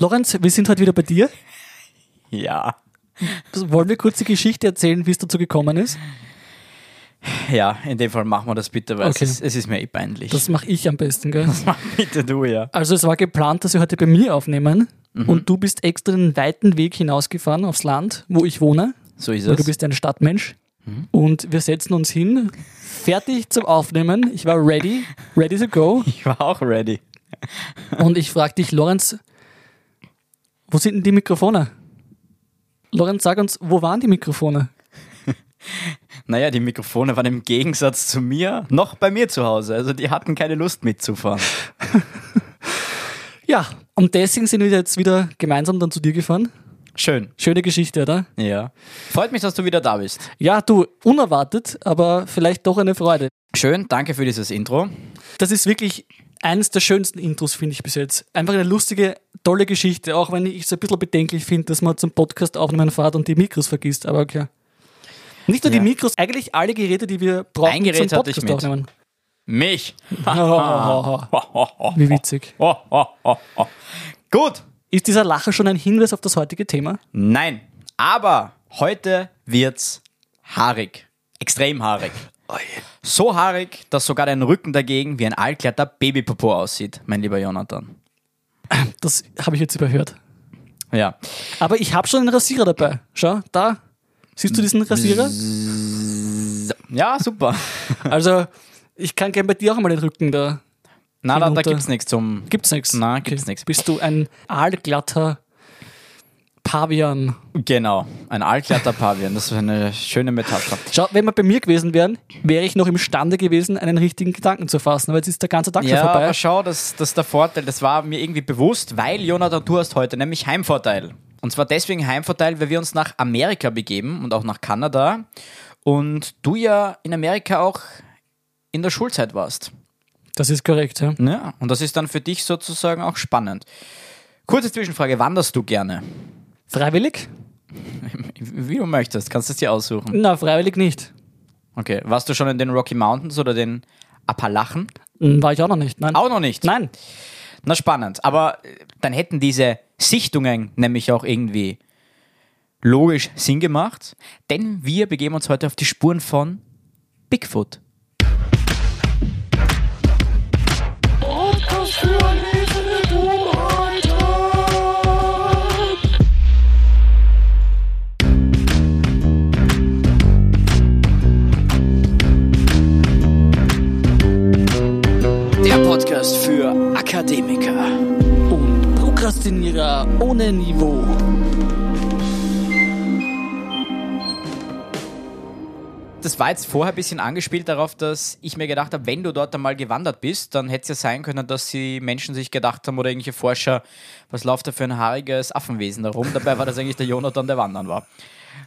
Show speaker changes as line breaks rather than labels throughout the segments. Lorenz, wir sind heute wieder bei dir.
Ja.
Das- Wollen wir kurz die Geschichte erzählen, wie es dazu gekommen ist?
Ja, in dem Fall machen wir das bitte, weil
Okay.
es, ist, es ist mir eh peinlich.
Das mache ich am besten, gell?
mach bitte du, ja.
Also es war geplant, dass wir heute bei mir aufnehmen und du bist extra den weiten Weg hinausgefahren aufs Land, wo ich wohne,
So ist
weil
es.
du bist ein Stadtmensch. Und wir setzen uns hin, fertig zum Aufnehmen. Ich war ready, ready to go.
ich war auch ready.
Und ich frage dich, Lorenz, wo sind denn die Mikrofone? Lorenz, sag uns, wo waren die Mikrofone?
Naja, die Mikrofone waren im Gegensatz zu mir noch bei mir zu Hause. Also die hatten keine Lust mitzufahren.
Ja, und deswegen sind wir jetzt wieder gemeinsam dann zu dir gefahren.
Schön.
Schöne Geschichte, oder?
Ja. Freut mich, dass du wieder da bist.
Ja, du, unerwartet, aber vielleicht doch eine Freude.
Schön, danke für dieses Intro.
Das ist wirklich eines der schönsten Intros, finde ich bis jetzt. Einfach eine lustige, tolle Geschichte, auch wenn ich es ein bisschen bedenklich finde, dass man zum Podcast aufnehmen fährt und die Mikros vergisst, aber okay. Nicht nur
Ja.
die Mikros, eigentlich alle Geräte, die wir brauchen
Ein Gerät
zum
hatte ich
Podcast aufnehmen.
mit. Ah. Mich. Oh,
Wie witzig.
Gut.
Ist dieser Lacher schon ein Hinweis auf das heutige Thema?
Nein. Aber heute wird's haarig. Extrem haarig. So haarig, dass sogar dein Rücken dagegen wie ein allglatter Babypopo aussieht, mein lieber Jonathan.
Das habe ich jetzt überhört.
Ja.
Aber ich habe schon einen Rasierer dabei. Schau, da. Siehst du diesen Rasierer?
Ja, super.
Also, ich kann gern bei dir auch mal den Rücken da.
Na, da, da
Hinunter.
gibt's nichts zum.
Gibt's nichts.
Na, gibt's nix.
Bist du ein aalglatter Pavian?
Genau. Ein allglatter Pavian. Das ist eine schöne Metapher.
Schau, wenn wir bei mir gewesen wären, wäre ich noch imstande gewesen, einen richtigen Gedanken zu fassen. Aber jetzt ist der ganze Tag
Ja,
schon vorbei.
aber schau, das, das ist der Vorteil. Das war mir irgendwie bewusst, weil, Jonathan, du hast heute nämlich Heimvorteil. Und zwar deswegen Heimvorteil, weil wir uns nach Amerika begeben und auch nach Kanada. Und du ja in Amerika auch in der Schulzeit warst.
Das ist korrekt, ja.
Ja, Ne? und das ist dann für dich sozusagen auch spannend. Kurze Zwischenfrage, wanderst du gerne?
Freiwillig?
Wie du möchtest, kannst du es dir aussuchen.
Na, freiwillig nicht.
Okay, warst du schon in den Rocky Mountains oder den Appalachen?
Hm, War ich auch noch nicht. Nein.
Auch noch nicht.
Nein.
Na spannend, aber äh, dann hätten diese Sichtungen nämlich auch irgendwie logisch Sinn gemacht, denn wir begeben uns heute auf die Spuren von Bigfoot.
Podcast für Lesende, du Alter.
Der Podcast für Akademiker.
Und Prokrastinierer ohne Niveau.
Das war jetzt vorher ein bisschen angespielt darauf, dass ich mir gedacht habe, wenn du dort einmal gewandert bist, dann hätte es ja sein können, dass die Menschen sich gedacht haben oder irgendwelche Forscher, was läuft da für ein haariges Affenwesen da rum? Dabei war das eigentlich der Jonathan, der wandern war.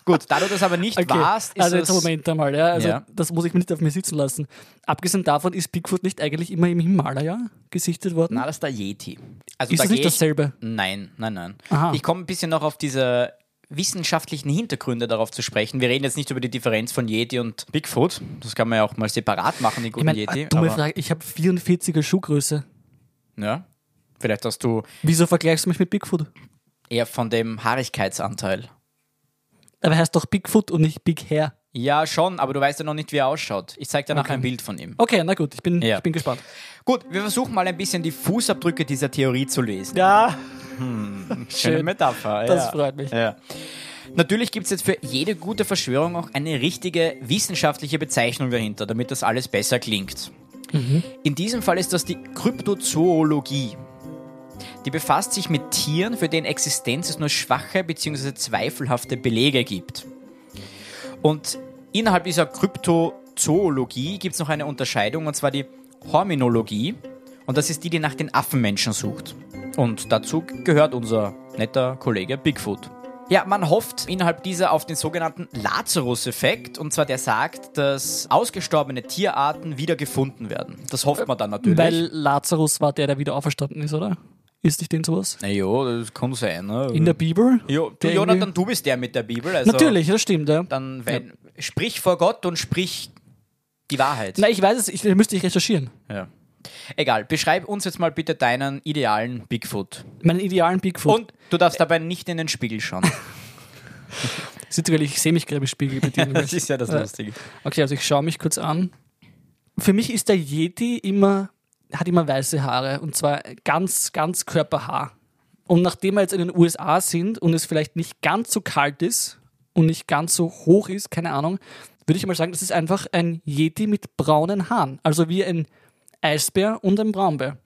Gut, da du das aber nicht warst, ist
also
es...
jetzt Moment einmal, ja. Also
Ja.
das muss ich mir nicht auf mir sitzen lassen. Abgesehen davon ist Bigfoot nicht eigentlich immer im Himalaya gesichtet worden?
Na, das ist der Yeti. Also
ist
da
das
geh
nicht
ich-
dasselbe?
Nein, nein, nein.
Aha.
Ich komme ein bisschen noch auf diese wissenschaftlichen Hintergründe darauf zu sprechen. Wir reden jetzt nicht über die Differenz von Yeti und Bigfoot. Das kann man ja auch mal separat machen, den
Ich
guten
meine,
Yeti.
dumme
aber,
Frage, ich habe 44er Schuhgröße.
Ja, vielleicht hast du
Wieso vergleichst du mich mit Bigfoot?
eher von dem Haarigkeitsanteil.
Aber heißt doch Bigfoot und nicht Big Hair.
Ja, schon, aber du weißt ja noch nicht, wie er ausschaut. Ich zeig dir nachher ein Bild von ihm.
Okay, na gut, ich bin,
Ja.
ich bin gespannt.
Gut, wir versuchen mal ein bisschen die Fußabdrücke dieser Theorie zu lesen. Hm,
Ja,
Schöne Metapher.
Das
ja.
freut mich.
Ja. Natürlich gibt es jetzt für jede gute Verschwörung auch eine richtige wissenschaftliche Bezeichnung dahinter, damit das alles besser klingt.
Mhm.
In diesem Fall ist das die Kryptozoologie. Die befasst sich mit Tieren, für deren Existenz es nur schwache bzw. zweifelhafte Belege gibt. Und innerhalb dieser Kryptozoologie gibt es noch eine Unterscheidung, und zwar die Horminologie. Und das ist die, die nach den Affenmenschen sucht. Und dazu gehört unser netter Kollege Bigfoot. Ja, man hofft innerhalb dieser auf den sogenannten Lazarus-Effekt. Und zwar der sagt, dass ausgestorbene Tierarten wieder gefunden werden. Das hofft man dann natürlich.
weil Lazarus war der, der wieder auferstanden ist, oder? Ist nicht den sowas?
Na ja, das kann sein. Ne?
In der Bibel?
jo, du,
Der
Jonathan,
irgendwie-
du bist der mit der Bibel. Also
Natürlich, das stimmt, ja.
Dann wenn, sprich vor Gott und sprich die Wahrheit.
Na, ich weiß es, ich, da müsste ich recherchieren.
Ja. Egal, beschreib uns jetzt mal bitte deinen idealen Bigfoot.
Meinen idealen Bigfoot.
Und du darfst dabei nicht in den Spiegel schauen.
Sitzgericht, ich sehe mich gerade im Spiegel bei dir.
ist ja das Lustige.
Okay, also ich schaue mich kurz an. Für mich ist der Yeti immer, hat immer weiße Haare und zwar ganz, ganz Körperhaar. Und nachdem wir jetzt in den USA sind und es vielleicht nicht ganz so kalt ist und nicht ganz so hoch ist, keine Ahnung, würde ich mal sagen, das ist einfach ein Yeti mit braunen Haaren. Also wie ein Eisbär und ein Braunbär.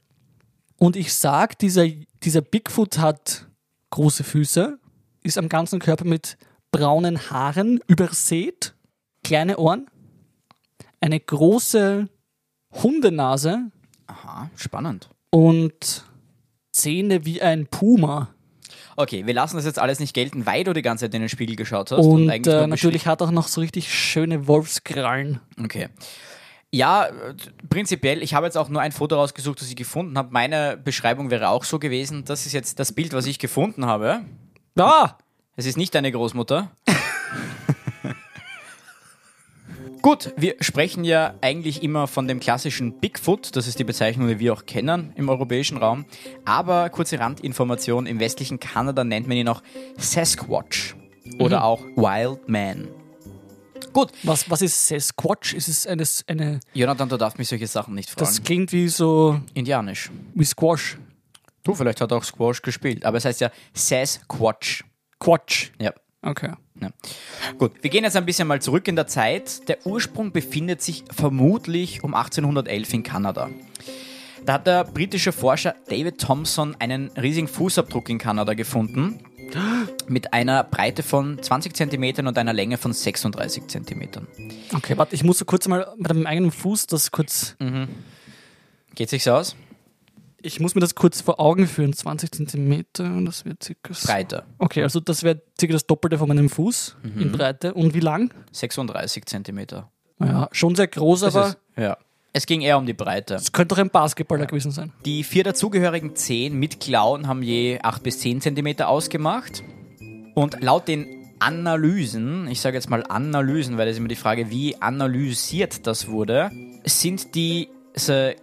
Und ich sag, dieser, dieser Bigfoot hat große Füße, ist am ganzen Körper mit braunen Haaren übersät, kleine Ohren, eine große Hundenase
Aha, Ah, spannend.
und Zähne wie ein Puma.
Okay, wir lassen das jetzt alles nicht gelten, weil du die ganze Zeit in den Spiegel geschaut hast.
Und,
eigentlich
äh,
nur
natürlich hat er auch noch so richtig schöne Wolfskrallen.
Okay. Ja, äh, prinzipiell, ich habe jetzt auch nur ein Foto rausgesucht, das ich gefunden habe. Meine Beschreibung wäre auch so gewesen. Das ist jetzt das Bild, was ich gefunden habe.
Ah!
Es ist nicht deine Großmutter. Gut, wir sprechen ja eigentlich immer von dem klassischen Bigfoot, das ist die Bezeichnung, die wir auch kennen im europäischen Raum. Aber kurze Randinformation, im westlichen Kanada nennt man ihn auch Sasquatch oder auch Wild Man. Gut,
Was, was ist Sasquatch? Ist es eine, eine.
Jonathan, du darfst mich solche Sachen nicht fragen.
Das klingt wie so
Indianisch.
wie Squash.
Du, vielleicht hat er auch Squash gespielt, aber es heißt ja Sasquatch.
Quatsch.
Ja.
Okay.
Ja. Gut, wir gehen jetzt ein bisschen mal zurück in der Zeit. Der Ursprung befindet sich vermutlich um 1811 in Kanada. Da hat der britische Forscher David Thompson einen riesigen Fußabdruck in Kanada gefunden. Mit einer Breite von 20 Zentimetern und einer Länge von 36 Zentimetern.
Okay, warte, ich muss so kurz mal mit meinem eigenen Fuß das kurz.
Geht sich so aus?
Ich muss mir das kurz vor Augen führen. 20 Zentimeter und das wird circa. so-
Breite.
Okay, also das wäre circa das Doppelte von meinem Fuß in Breite. Und wie lang?
36 Zentimeter.
Ja, schon sehr groß, aber
ist, ja. Es ging eher um die Breite.
es könnte doch ein Basketballer gewesen sein.
Die vier dazugehörigen Zehen mit Klauen haben je 8 bis 10 Zentimeter ausgemacht. Und laut den Analysen, ich sage jetzt mal Analysen, weil das ist immer die Frage, wie analysiert das wurde, sind diese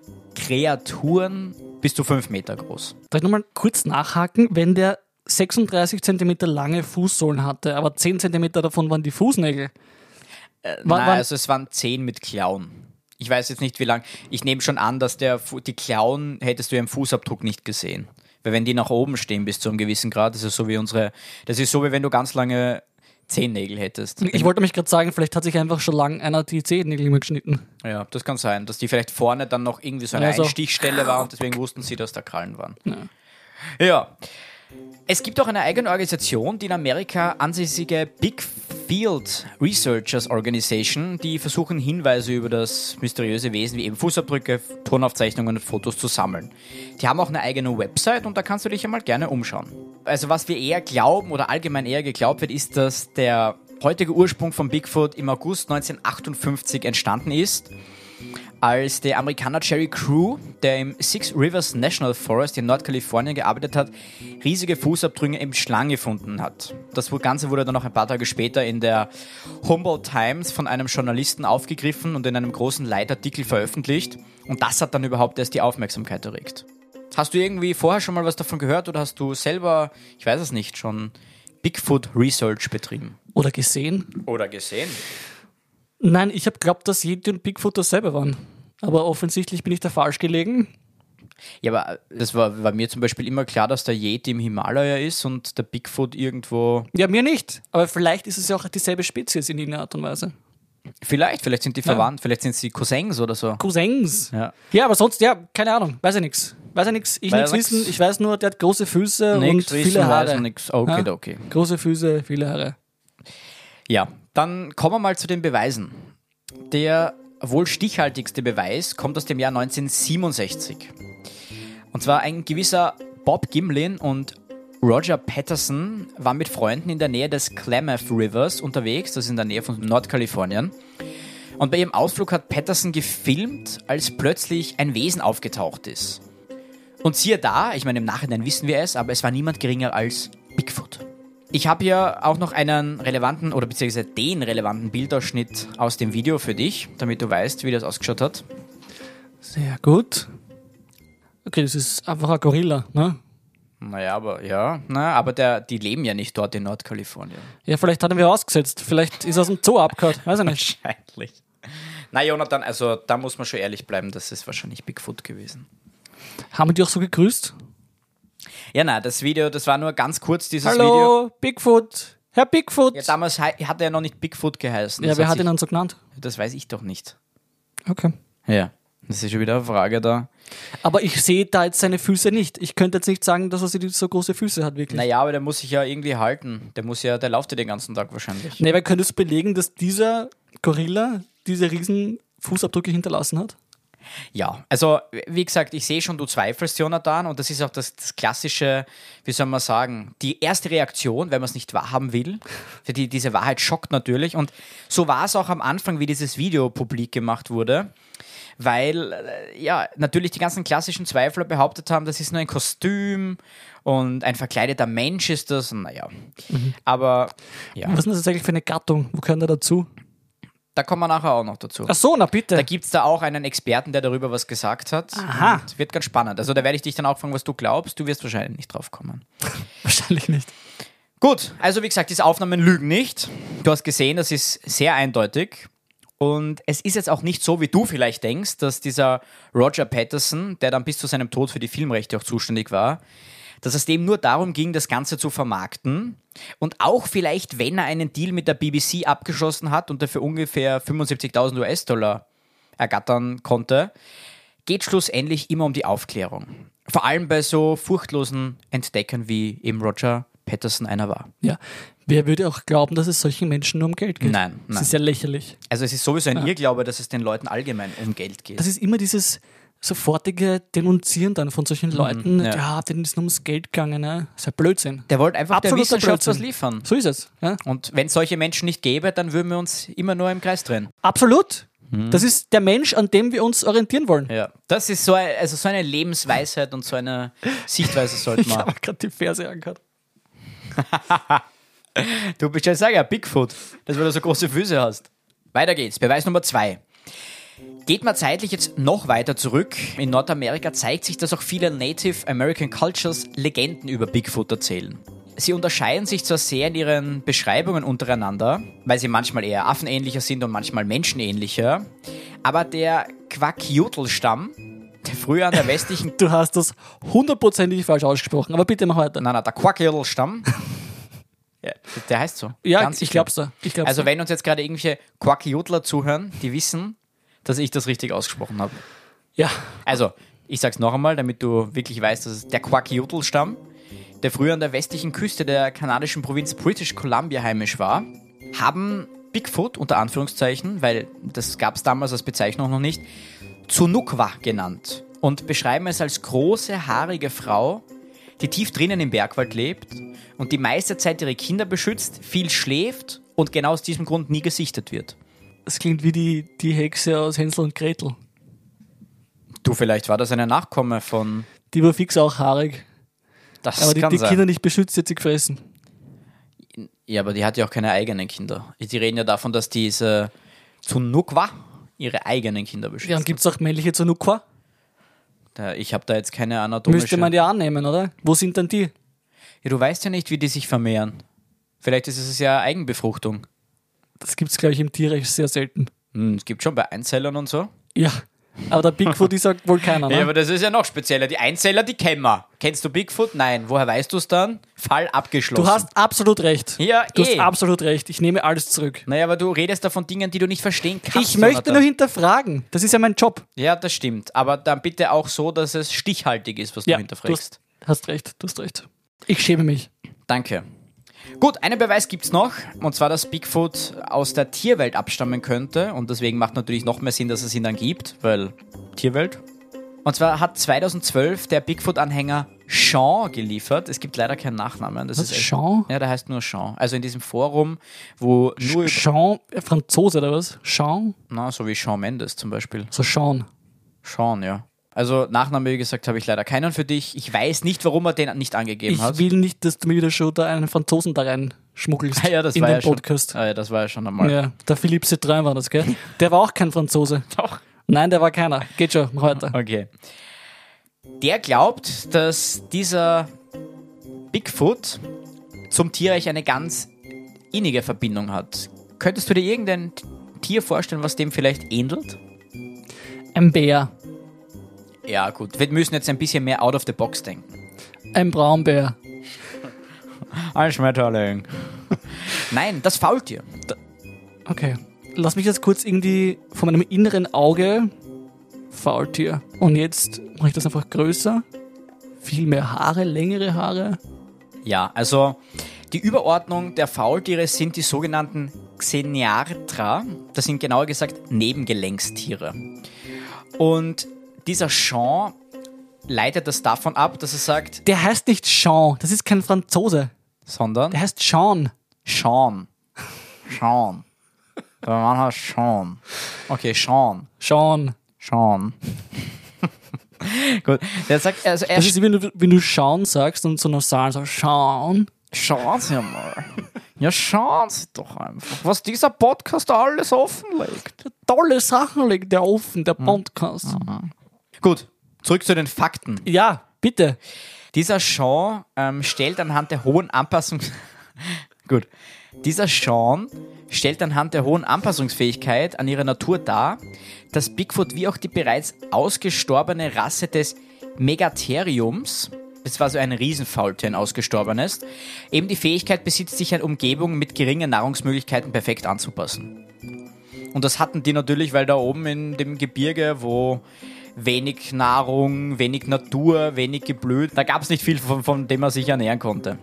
Kreaturen bis zu 5 Meter groß.
Darf ich nochmal kurz nachhaken? Wenn der 36 Zentimeter lange Fußsohlen hatte, aber 10 Zentimeter davon waren die Fußnägel. Wann-
Nein,
wann-
also es waren 10 mit Klauen. Ich weiß jetzt nicht, wie lang. Ich nehme schon an, dass der, Fu- die Klauen hättest du ja im Fußabdruck nicht gesehen. Weil wenn die nach oben stehen bis zu einem gewissen Grad, das ist so wie unsere, das ist so wie wenn du ganz lange Zehennägel hättest.
Ich wollte mich gerade sagen, vielleicht hat sich einfach schon lang einer die Zehennägel immer geschnitten.
Ja, das kann sein, dass die vielleicht vorne dann noch irgendwie so eine
Ja, so.
Einstichstelle war und deswegen wussten sie, dass da Krallen waren. Ja. Es gibt auch eine eigene Organisation, die in Amerika ansässige Big Field Researchers Organization, die versuchen, Hinweise über das mysteriöse Wesen wie eben Fußabdrücke, Tonaufzeichnungen und Fotos zu sammeln. Die haben auch eine eigene Website und da kannst du dich einmal gerne umschauen. Also was wir eher glauben oder allgemein eher geglaubt wird, ist, dass der heutige Ursprung von Bigfoot im August 1958 entstanden ist als der Amerikaner Jerry Crew, der im Six Rivers National Forest in Nordkalifornien gearbeitet hat, riesige Fußabdrücke im Schlang gefunden hat. Das Ganze wurde dann noch ein paar Tage später in der Humboldt Times von einem Journalisten aufgegriffen und in einem großen Leitartikel veröffentlicht. Und das hat dann überhaupt erst die Aufmerksamkeit erregt. Hast du irgendwie vorher schon mal was davon gehört oder hast du selber, ich weiß es nicht, schon Bigfoot Research betrieben?
Oder gesehen?
Oder gesehen?
Nein, ich habe glaubt, dass Yeti und Bigfoot dasselbe waren. Aber offensichtlich bin ich da falsch gelegen.
Ja, aber äh, das war, war mir zum Beispiel immer klar, dass der Yeti im Himalaya ist und der Bigfoot irgendwo.
Ja, mir nicht. Aber vielleicht ist es ja auch dieselbe Spezies in irgendeiner Art und Weise.
Vielleicht, vielleicht sind die verwandt, vielleicht sind sie Cousins oder so.
Cousins.
Ja.
Ja, aber sonst, ja, keine Ahnung, weiß ich nichts. Weiß ich nichts, ich
Weiß
nichts
nix.
wissen. Ich weiß nur, der hat große Füße
Nix
und
wissen,
viele Haare.
weiß nix. Okay,
Ja?
okay.
Große Füße, viele Haare.
Ja, dann kommen wir mal zu den Beweisen. Der wohl stichhaltigste Beweis kommt aus dem Jahr 1967. Und zwar ein gewisser Bob Gimlin und Roger Patterson waren mit Freunden in der Nähe des Klamath Rivers unterwegs, das ist in der Nähe von Nordkalifornien. Und bei ihrem Ausflug hat Patterson gefilmt, als plötzlich ein Wesen aufgetaucht ist. Und siehe da, ich meine, im Nachhinein wissen wir es, aber es war niemand geringer als Bigfoot. Ich habe hier auch noch einen relevanten oder beziehungsweise den relevanten Bildausschnitt aus dem Video für dich, damit du weißt, wie das ausgeschaut hat.
Sehr gut. Okay, das ist einfach ein Gorilla, ne?
Naja, aber ja, na, aber der, die leben ja nicht dort in Nordkalifornien.
Ja, vielleicht hat er mich ausgesetzt. Vielleicht ist er aus dem Zoo abgehört. Weiß ich nicht.
Wahrscheinlich. Na, Jonathan, also da muss man schon ehrlich bleiben, das ist wahrscheinlich Bigfoot gewesen.
Haben die auch so gegrüßt?
Ja, na, das Video, das war nur ganz kurz dieses Video.
Hallo, Bigfoot. Herr Bigfoot.
Ja,
Ja,
damals hei- hat er noch nicht Bigfoot geheißen. Das
wer hat
sich-
ihn dann so genannt?
Das weiß ich doch nicht.
Okay.
Ja. Das ist schon wieder eine Frage da.
Aber ich sehe da jetzt seine Füße nicht. Ich könnte jetzt nicht sagen, dass er sie- so große Füße hat, wirklich.
Naja, aber der muss sich ja irgendwie halten. Der muss ja, der lauft ja den ganzen Tag wahrscheinlich.
Nee, aber könntest du belegen, dass dieser Gorilla diese riesen Fußabdrücke hinterlassen hat?
Ja, also wie gesagt, ich sehe schon, du zweifelst, Jonathan, und das ist auch das, das klassische, wie soll man sagen, die erste Reaktion, wenn man es nicht wahrhaben will. Für die, diese Wahrheit schockt natürlich. Und so war es auch am Anfang, wie dieses Video publik gemacht wurde. Weil äh, ja, natürlich die ganzen klassischen Zweifler behauptet haben, das ist nur ein Kostüm und ein verkleideter Mensch ist das. Und Naja. Aber ja,
Was ist denn das eigentlich für eine Gattung? Wo gehören da dazu?
da kommen wir nachher auch noch dazu.
Ach so, na
Da
bitte.
gibt es da auch einen Experten, der darüber was gesagt hat.
Aha.
Und wird ganz spannend. Also da werde ich dich dann auch fragen, was du glaubst. Du wirst wahrscheinlich nicht drauf kommen.
Wahrscheinlich nicht.
Gut, also wie gesagt, diese Aufnahmen lügen nicht. Du hast gesehen, das ist sehr eindeutig. Und es ist jetzt auch nicht so, wie du vielleicht denkst, dass dieser Roger Patterson, der dann bis zu seinem Tod für die Filmrechte auch zuständig war, dass es dem nur darum ging, das Ganze zu vermarkten. Und auch vielleicht, wenn er einen Deal mit der BBC abgeschlossen hat und dafür ungefähr 75.000 US-Dollar ergattern konnte, geht schlussendlich immer um die Aufklärung. Vor allem bei so furchtlosen Entdeckern wie eben Roger Patterson einer war.
Ja. Wer würde auch glauben, dass es solchen Menschen nur um Geld geht?
Nein,
Das
nein.
ist ja lächerlich.
Also es ist sowieso ein Irrglaube, dass es den Leuten allgemein um Geld geht.
das ist immer dieses sofortige Denunzieren dann von solchen Leuten.
Mhm, ja.
Ja, denen ist nur ums Geld gegangen. Ne? Das ist ja Blödsinn.
Der wollte einfach der
Absoluter
Wissenschaft
Blödsinn.
was liefern.
So ist es. Ja?
Und wenn es solche Menschen nicht gäbe, dann würden wir uns immer nur im Kreis drehen.
Absolut. Das ist der Mensch, an dem wir uns orientieren wollen.
Mhm. Ja. Das ist so, ein- also so eine Lebensweisheit und so eine Sichtweise sollte
Ich
man.
habe gerade die Ferse angehört.
Du bist ja Sager, Bigfoot, dass du da so große Füße hast. Weiter geht's, Beweis Nummer zwei. Geht man zeitlich jetzt noch weiter zurück, in Nordamerika zeigt sich, dass auch viele Native American Cultures Legenden über Bigfoot erzählen. Sie unterscheiden sich zwar sehr in ihren Beschreibungen untereinander, weil sie manchmal eher affenähnlicher sind und manchmal menschenähnlicher, aber der Quakiutl-Stamm, der früher an der westlichen
Du hast das hundertprozentig falsch ausgesprochen. Aber bitte mach weiter.
Nein, nein, der Quackl-Stamm. ja, der heißt so.
ja,
Ganz
ich
sicher.
glaub's da. Ich glaub's
Also,
da.
wenn uns jetzt gerade irgendwelche Quackjodler zuhören, die wissen, dass ich das richtig ausgesprochen habe.
Ja.
Also, ich sag's noch einmal, damit du wirklich weißt, dass es der Quackjodl-Stamm, der früher an der westlichen Küste der kanadischen Provinz British Columbia heimisch war, haben Bigfoot unter Anführungszeichen, weil das gab's damals als Bezeichnung noch nicht, Tsunukwa genannt und beschreiben es als große, haarige Frau, die tief drinnen im Bergwald lebt und die meiste Zeit ihre Kinder beschützt, viel schläft und genau aus diesem Grund nie gesichtet wird.
Das klingt wie die, die Hexe aus Hänsel und Gretel.
Du, vielleicht war das eine Nachkomme von...
Die war fix auch haarig.
Das
Aber die,
kann
die
sein.
Kinder nicht beschützt, die hat sie gefressen.
Ja, aber die hat ja auch keine eigenen Kinder. Die reden ja davon, dass diese Tsunukwa ihre eigenen Kinder beschützt.
Ja, und gibt es auch männliche Zanukwa?
Da- Ich habe da jetzt keine anatomische...
Müsste man ja annehmen, oder? Wo sind dann die?
ja, du weißt ja nicht, wie die sich vermehren. Vielleicht ist es ja Eigenbefruchtung.
Das gibt es, glaube ich, im Tierreich sehr selten.
Hm, es gibt schon bei Einzellern und so.
Ja, aber der Bigfoot ist ja wohl keiner,
Ja,
ne?
aber das ist ja noch spezieller. Die Einzeller, die kennen wir. Kennst du Bigfoot? Nein. Woher weißt du es dann? Fall abgeschlossen.
Du hast absolut recht.
Ja,
du hast
eh.
absolut recht. Ich nehme alles zurück.
Naja, aber du redest da von Dingen, die du nicht verstehen kannst.
Ich möchte
Jonathan.
nur hinterfragen. Das ist ja mein Job.
Ja, das stimmt. Aber dann bitte auch so, dass es stichhaltig ist, was
Ja,
du hinterfragst.
Du hast, hast recht, du hast recht. Ich schäme mich.
Danke. Gut, einen Beweis gibt es noch, und zwar, dass Bigfoot aus der Tierwelt abstammen könnte. Und deswegen macht natürlich noch mehr Sinn, dass es ihn dann gibt, weil Tierwelt. Und zwar hat 2012 der Bigfoot-Anhänger Sean geliefert. Es gibt leider keinen Nachnamen. Das
Was?
ist echt-
Sean?
Ja, der heißt nur Sean. Also in diesem Forum, wo nur.
Sean, äh, Franzose oder was? Sean?
na, so wie Sean Mendes zum Beispiel.
So Sean.
Sean, ja. Also Nachname, wie gesagt, habe ich leider keinen für dich. Ich weiß nicht, warum er den nicht angegeben
Ich
hat.
will nicht, dass du mir wieder schon da einen Franzosen da rein schmuggelst
Ah ja, das
in
war
den
ja
Podcast.
Schon, ah ja, das war ja schon einmal.
Ja, der Philippe Citroën war das, gell? Der war auch kein Franzose.
Doch.
Nein, der war keiner. Geht schon, mach weiter.
Okay. Der glaubt, dass dieser Bigfoot zum Tierreich eine ganz innige Verbindung hat. Könntest du dir irgendein Tier vorstellen, was dem vielleicht ähnelt?
Ein Bär,
Ja, gut. Wir müssen jetzt ein bisschen mehr out of the box denken.
ein Braunbär,
Ein Schmetterling. Nein, das Faultier.
Okay. Lass mich jetzt kurz irgendwie von meinem inneren Auge Faultier. Und jetzt mache ich das einfach größer. Viel mehr Haare, längere Haare.
Ja, also die Überordnung der Faultiere sind die sogenannten Xeniartra. Das sind genauer gesagt Nebengelenkstiere. Und dieser Jean leitet das davon ab, dass er sagt,
Der heißt nicht Jean, das ist kein Franzose.
sondern
Der heißt Jean.
Sean. Sean. Der Mann heißt Sean. Okay, Sean.
Jean.
Sean. Gut. Der sagt, also er
Das ist wie wenn du, wenn du Sean sagst und so nach Zahlen sagst, Sean.
Schauen Sie mal. Ja, schauen Sie doch einfach, was dieser Podcast da alles offenlegt.
Tolle Sachen legt der offen,
Hm.
der Podcast.
Gut, zurück zu den Fakten.
Ja, bitte.
Dieser Sean ähm, stellt anhand der hohen Anpassung. Gut. Dieser Sean stellt anhand der hohen Anpassungsfähigkeit an ihre Natur dar, dass Bigfoot wie auch die bereits ausgestorbene Rasse des Megatheriums, das war so ein Riesenfaultier, ein ausgestorbenes, eben die Fähigkeit besitzt, sich an Umgebungen mit geringen Nahrungsmöglichkeiten perfekt anzupassen. Und das hatten die natürlich, weil da oben in dem Gebirge, wo wenig Nahrung, wenig Natur, wenig Geblüt, da gab es nicht viel, von, von dem man sich ernähren konnte.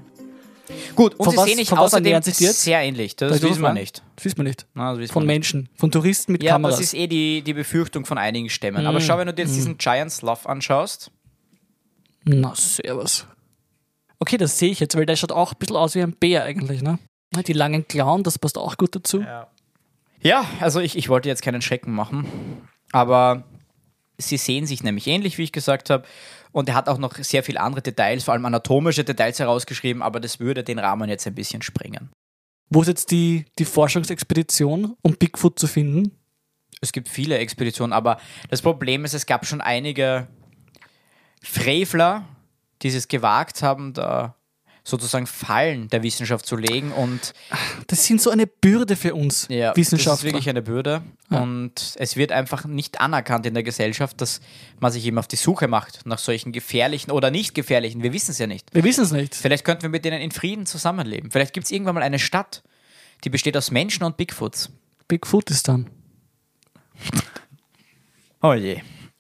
Gut, und
Von
sie
was-
sehen sich
von was
außerdem
ernähren sich die jetzt?
sehr ähnlich. Das
Darf ich
wissen wir
fragen?
nicht.
Das wissen wir nicht.
Na, das wissen
Von
wir nicht.
Menschen, von Touristen mit
Ja,
Kameras. Mhm.
das ist eh die, die Befürchtung von einigen Stämmen. Aber schau, wenn du dir jetzt diesen Giant Slough anschaust,
Na, servus. Okay, das sehe ich jetzt, weil der schaut auch ein bisschen aus wie ein Bär eigentlich, ne? Die langen Klauen, das passt auch gut dazu.
Ja, also ich, ich wollte jetzt keinen Schrecken machen, aber sie sehen sich nämlich ähnlich, wie ich gesagt habe. Und er hat auch noch sehr viele andere Details, vor allem anatomische Details herausgeschrieben, aber das würde den Rahmen jetzt ein bisschen sprengen.
Wo ist jetzt die, die Forschungsexpedition, um Bigfoot zu finden?
Es gibt viele Expeditionen, aber das Problem ist, es gab schon einige Frevler, die es gewagt haben, da sozusagen Fallen der Wissenschaft zu legen und
Das sind so eine Bürde für uns
Ja, Das ist
Wissenschaftler.
wirklich eine Bürde. Und es wird einfach nicht anerkannt in der Gesellschaft, dass man sich eben auf die Suche macht nach solchen gefährlichen oder nicht gefährlichen. Wir wissen es ja nicht.
Wir wissen es nicht.
Vielleicht könnten wir mit denen in Frieden zusammenleben. Vielleicht gibt es irgendwann mal eine Stadt, die besteht aus Menschen und Bigfoots.
Bigfoot ist dann.
Oh je.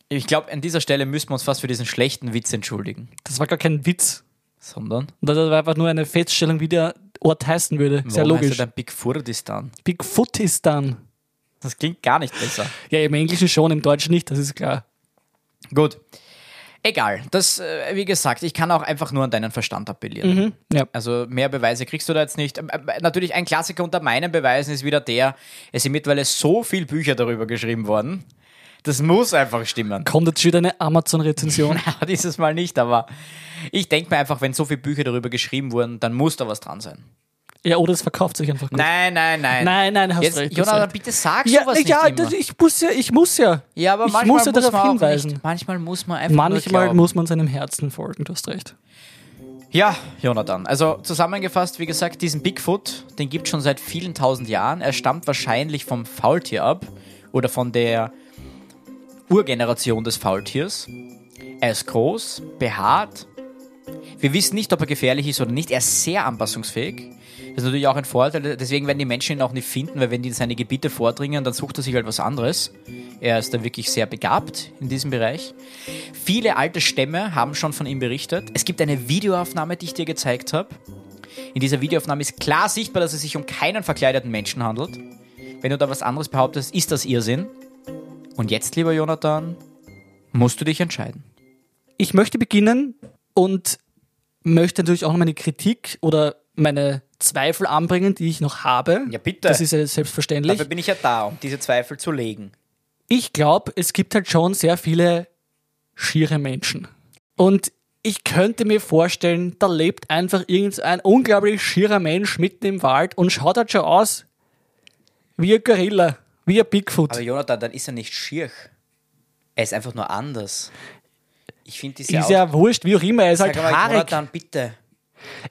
Ich glaube, an dieser Stelle müssen wir uns fast für diesen schlechten Witz entschuldigen.
Das war gar kein Witz.
Sondern.
Das war einfach nur eine Feststellung, wie der Ort heißen würde. Sehr
warum
logisch.
Heißt er dann Bigfurdistan?
Bigfoot ist dann.
Das klingt gar nicht besser.
Ja, im Englischen schon, im Deutschen nicht, das ist klar.
Gut. Egal. Das, äh, wie gesagt, ich kann auch einfach nur an deinen Verstand appellieren.
Mhm. Ja.
Also mehr Beweise kriegst du da jetzt nicht. Ähm, ähm, Natürlich ein Klassiker unter meinen Beweisen ist wieder der, es sind mittlerweile so viele Bücher darüber geschrieben worden. Das muss einfach stimmen.
Kommt jetzt wieder eine Amazon-Rezension.
Na, Dieses Mal nicht, aber ich denke mir einfach, wenn so viele Bücher darüber geschrieben wurden, dann muss da was dran sein.
ja, oder es verkauft sich einfach gut.
Nein, nein, nein.
Nein, nein, hast
Jetzt,
recht, hast
Jonathan,
recht.
bitte sag
Ja,
sowas nicht
ja
immer.
das, ich muss ja, ich muss ja.
ja, aber
ich
manchmal
muss ja darauf
man auch
hinweisen.
Nicht, manchmal muss man einfach nur
Manchmal
glauben.
muss man seinem Herzen folgen, du hast recht.
Ja, Jonathan. Also zusammengefasst, wie gesagt, diesen Bigfoot, den gibt schon seit vielen tausend Jahren. Er stammt wahrscheinlich vom Faultier ab oder von der Urgeneration des Faultiers. Er ist groß, behaart. Wir wissen nicht, ob er gefährlich ist oder nicht. Er ist sehr anpassungsfähig. Das ist natürlich auch ein Vorteil. Deswegen werden die Menschen ihn auch nicht finden, weil wenn die in seine Gebiete vordringen, dann sucht er sich halt was anderes. Er ist da wirklich sehr begabt in diesem Bereich. Viele alte Stämme haben schon von ihm berichtet. Es gibt eine Videoaufnahme, die ich dir gezeigt habe. In dieser Videoaufnahme ist klar sichtbar, dass es sich um keinen verkleideten Menschen handelt. Wenn du da was anderes behauptest, ist das Irrsinn. Und jetzt, lieber Jonathan, musst du dich entscheiden.
Ich möchte beginnen und möchte natürlich auch noch meine Kritik oder meine Zweifel anbringen, die ich noch habe.
Ja, bitte.
Das ist ja selbstverständlich.
bin ich ja da, um diese Zweifel zu legen.
Ich glaube, es gibt halt schon sehr viele schiere Menschen. Und ich könnte mir vorstellen, da lebt einfach irgendein unglaublich schierer Mensch mitten im Wald und schaut halt schon aus wie ein Gorilla, wie ein Bigfoot.
Jonathan, dann ist er nicht schier. Er ist einfach nur anders. Ich finde diese
Ist ja wurscht, wie auch immer. Er ist
Sag
halt
mal,
haarig.
Jonathan, bitte.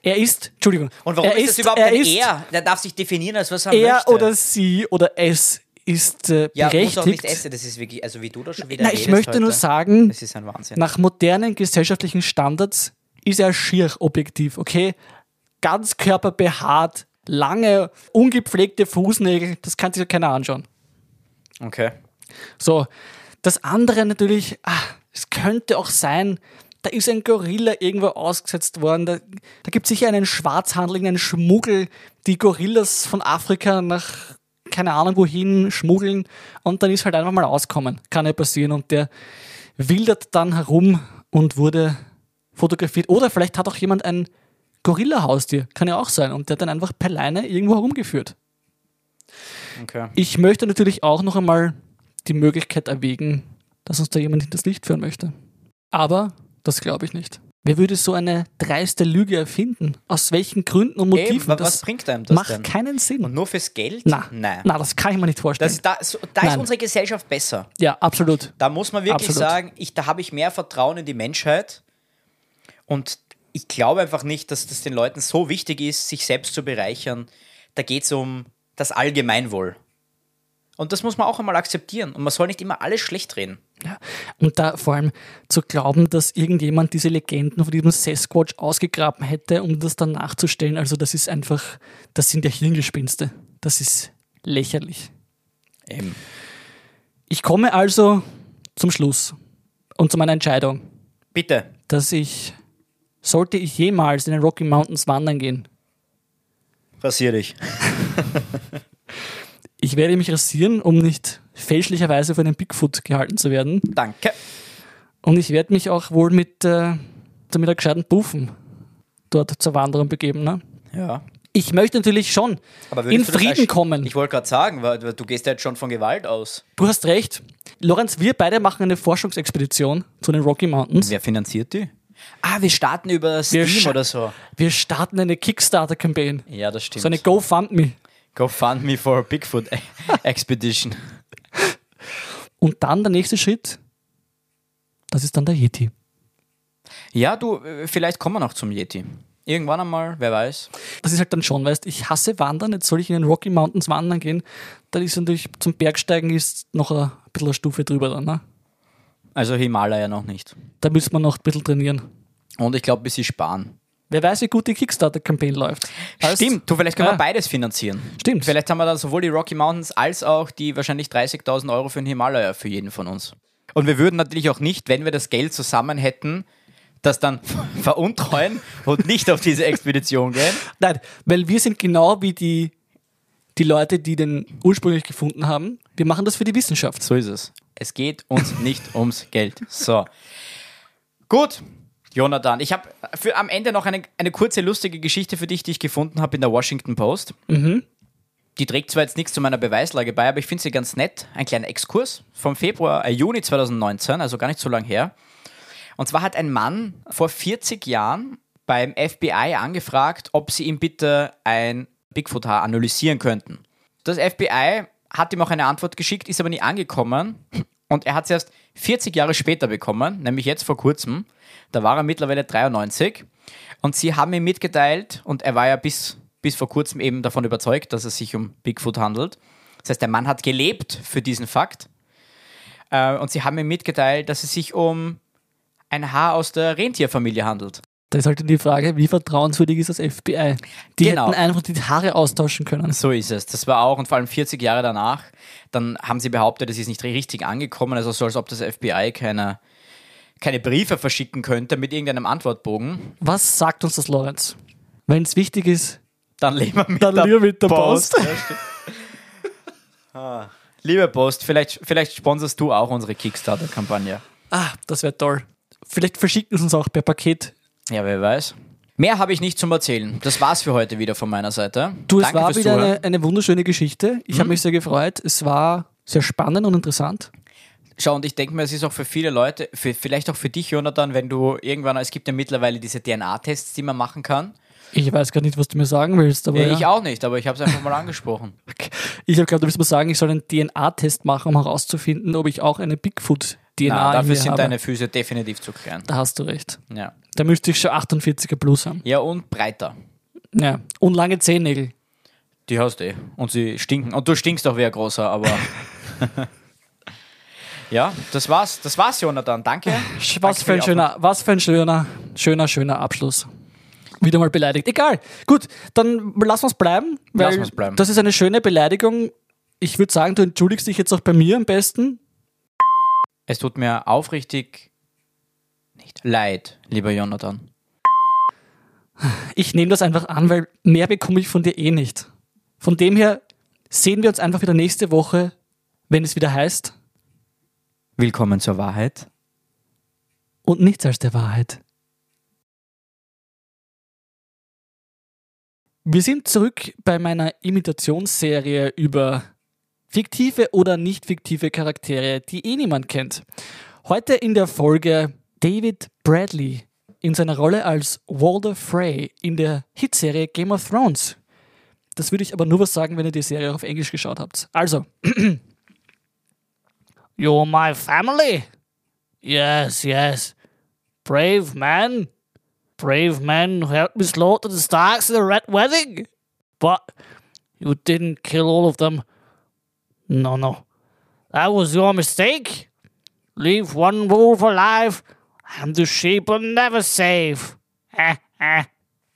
Er ist, Entschuldigung.
Und warum
er
ist, das überhaupt
er
ein
ist,
Er? Der darf sich definieren, als was er,
Er
möchte.
oder sie oder es ist äh,
ja, muss auch nicht
berechtigt.
essen, das ist wirklich, also wie du da schon wieder
Na, ich
redest
möchte
heute,
nur sagen,
Das ist ein Wahnsinn.
nach modernen gesellschaftlichen Standards ist er schier objektiv, okay? Ganz körperbehaart, lange, ungepflegte Fußnägel, das kann sich ja keiner anschauen.
Okay.
So, das andere natürlich, ah, es könnte auch sein, da ist ein Gorilla irgendwo ausgesetzt worden. Da, da gibt es sicher einen Schwarzhandel, einen Schmuggel, die Gorillas von Afrika nach keine Ahnung wohin schmuggeln und dann ist halt einfach mal auskommen. Kann ja passieren und der wildert dann herum und wurde fotografiert. Oder vielleicht hat auch jemand ein Gorilla-Haustier, kann ja auch sein, und der hat dann einfach per Leine irgendwo herumgeführt.
Okay.
Ich möchte natürlich auch noch einmal die Möglichkeit erwägen, dass uns da jemand hinters Licht führen möchte. Aber das glaube ich nicht. Wer würde so eine dreiste Lüge erfinden? Aus welchen Gründen und Motiven?
Eben, wa- was
das
bringt einem das
macht
denn?
keinen Sinn.
Und nur fürs Geld?
na,
Nein.
na, das kann ich mir nicht vorstellen.
Das, da so, da ist
Nein.
unsere Gesellschaft besser.
ja, absolut.
Da muss man wirklich
Absolut.
sagen, ich, da habe ich mehr Vertrauen in die Menschheit. Und ich glaube einfach nicht, dass das den Leuten so wichtig ist, sich selbst zu bereichern. Da geht es um das Allgemeinwohl. Und das muss man auch einmal akzeptieren. Und man soll nicht immer alles schlecht reden.
Ja. Und da vor allem zu glauben, dass irgendjemand diese Legenden von diesem Sasquatch ausgegraben hätte, um das dann nachzustellen, also das ist einfach, das sind ja Hirngespinste. Das ist lächerlich.
Eben.
Ich komme also zum Schluss und zu meiner Entscheidung,
Bitte.
dass ich, sollte ich jemals in den Rocky Mountains wandern gehen,
Rasier dich.
ich werde mich rasieren, um nicht fälschlicherweise für einen Bigfoot gehalten zu werden.
Danke.
Und ich werde mich auch wohl mit, äh, mit einer gescheiten Puffen dort zur Wanderung begeben. Ne?
Ja.
Ich möchte natürlich schon
Aber würdest
in
du das
Frieden
als-
kommen.
Ich wollte gerade sagen, weil weil du gehst ja jetzt schon von Gewalt aus.
du hast recht. Lorenz, wir beide machen eine Forschungsexpedition zu den Rocky Mountains.
Wer finanziert die? Ah, wir starten über Steam
scha-
oder so.
Wir starten eine Kickstarter-Campaign.
Ja, das stimmt.
So eine GoFundMe.
GoFundMe for a Bigfoot e- Expedition.
Und dann der nächste Schritt, das ist dann der Yeti.
Ja, du, äh, vielleicht kommen wir noch zum Yeti. Irgendwann einmal, wer weiß.
Das ist halt dann schon, weißt, ich hasse Wandern, jetzt soll ich in den Rocky Mountains wandern gehen, dann ist natürlich zum Bergsteigen ist noch ein bisschen eine Stufe drüber dann, ne?
Also Himalaya noch nicht.
Da müssen wir noch ein bisschen trainieren.
Und ich glaube, bis sie sparen.
Wer weiß, wie gut die Kickstarter-Campaign läuft. Weißt?
Stimmt, du, vielleicht können
Ja.
wir beides finanzieren.
Stimmt.
Vielleicht haben wir dann sowohl die Rocky Mountains als auch die wahrscheinlich 30.000 Euro für den Himalaya für jeden von uns. Und wir würden natürlich auch nicht, wenn wir das Geld zusammen hätten, das dann veruntreuen und nicht auf diese Expedition gehen.
Nein, weil wir sind genau wie die, die Leute, die den ursprünglich gefunden haben. Wir machen das für die Wissenschaft.
So ist es. Es geht uns nicht ums Geld. So. Gut, Jonathan, ich habe für am Ende noch eine, eine kurze lustige Geschichte für dich, die ich gefunden habe in der Washington Post. Die trägt zwar jetzt nichts zu meiner Beweislage bei, aber ich finde sie ganz nett. Ein kleiner Exkurs vom Februar, äh, Juni 2019, also gar nicht so lang her. Und zwar hat ein Mann vor 40 Jahren beim FBI angefragt, ob sie ihm bitte ein Bigfoot-Haar analysieren könnten. Das FBI hat ihm auch eine Antwort geschickt, ist aber nie angekommen. Und er hat sie erst 40 Jahre später bekommen, nämlich jetzt vor kurzem. Da war er mittlerweile 93. Und sie haben ihm mitgeteilt, und er war ja bis, bis vor kurzem eben davon überzeugt, dass es sich um Bigfoot handelt. Das heißt, der Mann hat gelebt für diesen Fakt. Äh, Und sie haben ihm mitgeteilt, dass es sich um ein Haar aus der Rentierfamilie handelt.
Da ist halt die Frage, wie vertrauenswürdig ist das FBI? Die
Genau.
hätten einfach die Haare austauschen können.
So ist es. Das war auch, und vor allem 40 Jahre danach, dann haben sie behauptet, es ist nicht richtig angekommen, also so, als ob das FBI keine, keine Briefe verschicken könnte mit irgendeinem Antwortbogen.
Was sagt uns das, Lorenz? Wenn es wichtig ist,
Dann leben wir mit
Dann
der,
lieber mit der
Post.
Post.
Ja, stimmt. Ah. Liebe Post, vielleicht, vielleicht sponserst du auch unsere Kickstarter-Kampagne.
ah, das wäre toll. Vielleicht verschicken sie uns auch per Paket.
Ja, wer weiß. Mehr habe ich nicht zum Erzählen. Das war's für heute wieder von meiner Seite.
Du, es
Danke
war
fürs
wieder
Zuhören. Mhm.
eine, eine wunderschöne Geschichte. Ich habe mich sehr gefreut. Es war sehr spannend und interessant.
Schau, und ich denke mir, es ist auch für viele Leute, für, vielleicht auch für dich, Jonathan, wenn du irgendwann, es gibt ja mittlerweile diese DNA-Tests, die man machen kann.
Ich weiß gar nicht, was du mir sagen willst, aber
Ich
ja.
auch nicht, aber ich habe es einfach mal angesprochen.
ich, Ich habe geglaubt, du willst mir sagen, ich soll einen DNA-Test machen, um herauszufinden, ob ich auch eine Bigfoot-DNA
Na,
in mir
dafür sind
habe.
deine Füße definitiv zu klein.
Da hast du recht.
Ja.
Da müsste ich schon 48er Plus haben.
ja, und breiter.
Ja. Und lange Zehennägel.
Die hast du eh. Und sie stinken. Und du stinkst auch wie ein großer, aber. ja, das war's. Das war's, Jonathan. Danke.
Was für ein schöner, was für ein schöner, schöner, schöner Abschluss. Wieder mal beleidigt. Egal. Gut, dann lass uns bleiben, weil
Lass uns bleiben.
das ist eine schöne Beleidigung. Ich würde sagen, du entschuldigst dich jetzt auch bei mir am besten.
Es tut mir aufrichtig nicht leid, lieber Jonathan.
Ich nehme das einfach an, weil mehr bekomme ich von dir eh nicht. Von dem her sehen wir uns einfach wieder nächste Woche, wenn es wieder heißt.
Willkommen zur Wahrheit.
Und nichts als der Wahrheit. Wir sind zurück bei meiner Imitationsserie über fiktive oder nicht fiktive Charaktere, die eh niemand kennt. Heute in der Folge David Bradley in seiner Rolle als Walder Frey in der Hitserie Game of Thrones. Das würde ich aber nur was sagen, wenn ihr die Serie auch auf Englisch geschaut habt. Also. You're my family. Yes, yes. Brave man. Brave man who helped me slaughter the Starks in the Red Wedding. But you didn't kill all of them. No, no. That was your mistake. Leave one wolf alive, and the sheep will never save. Ha ha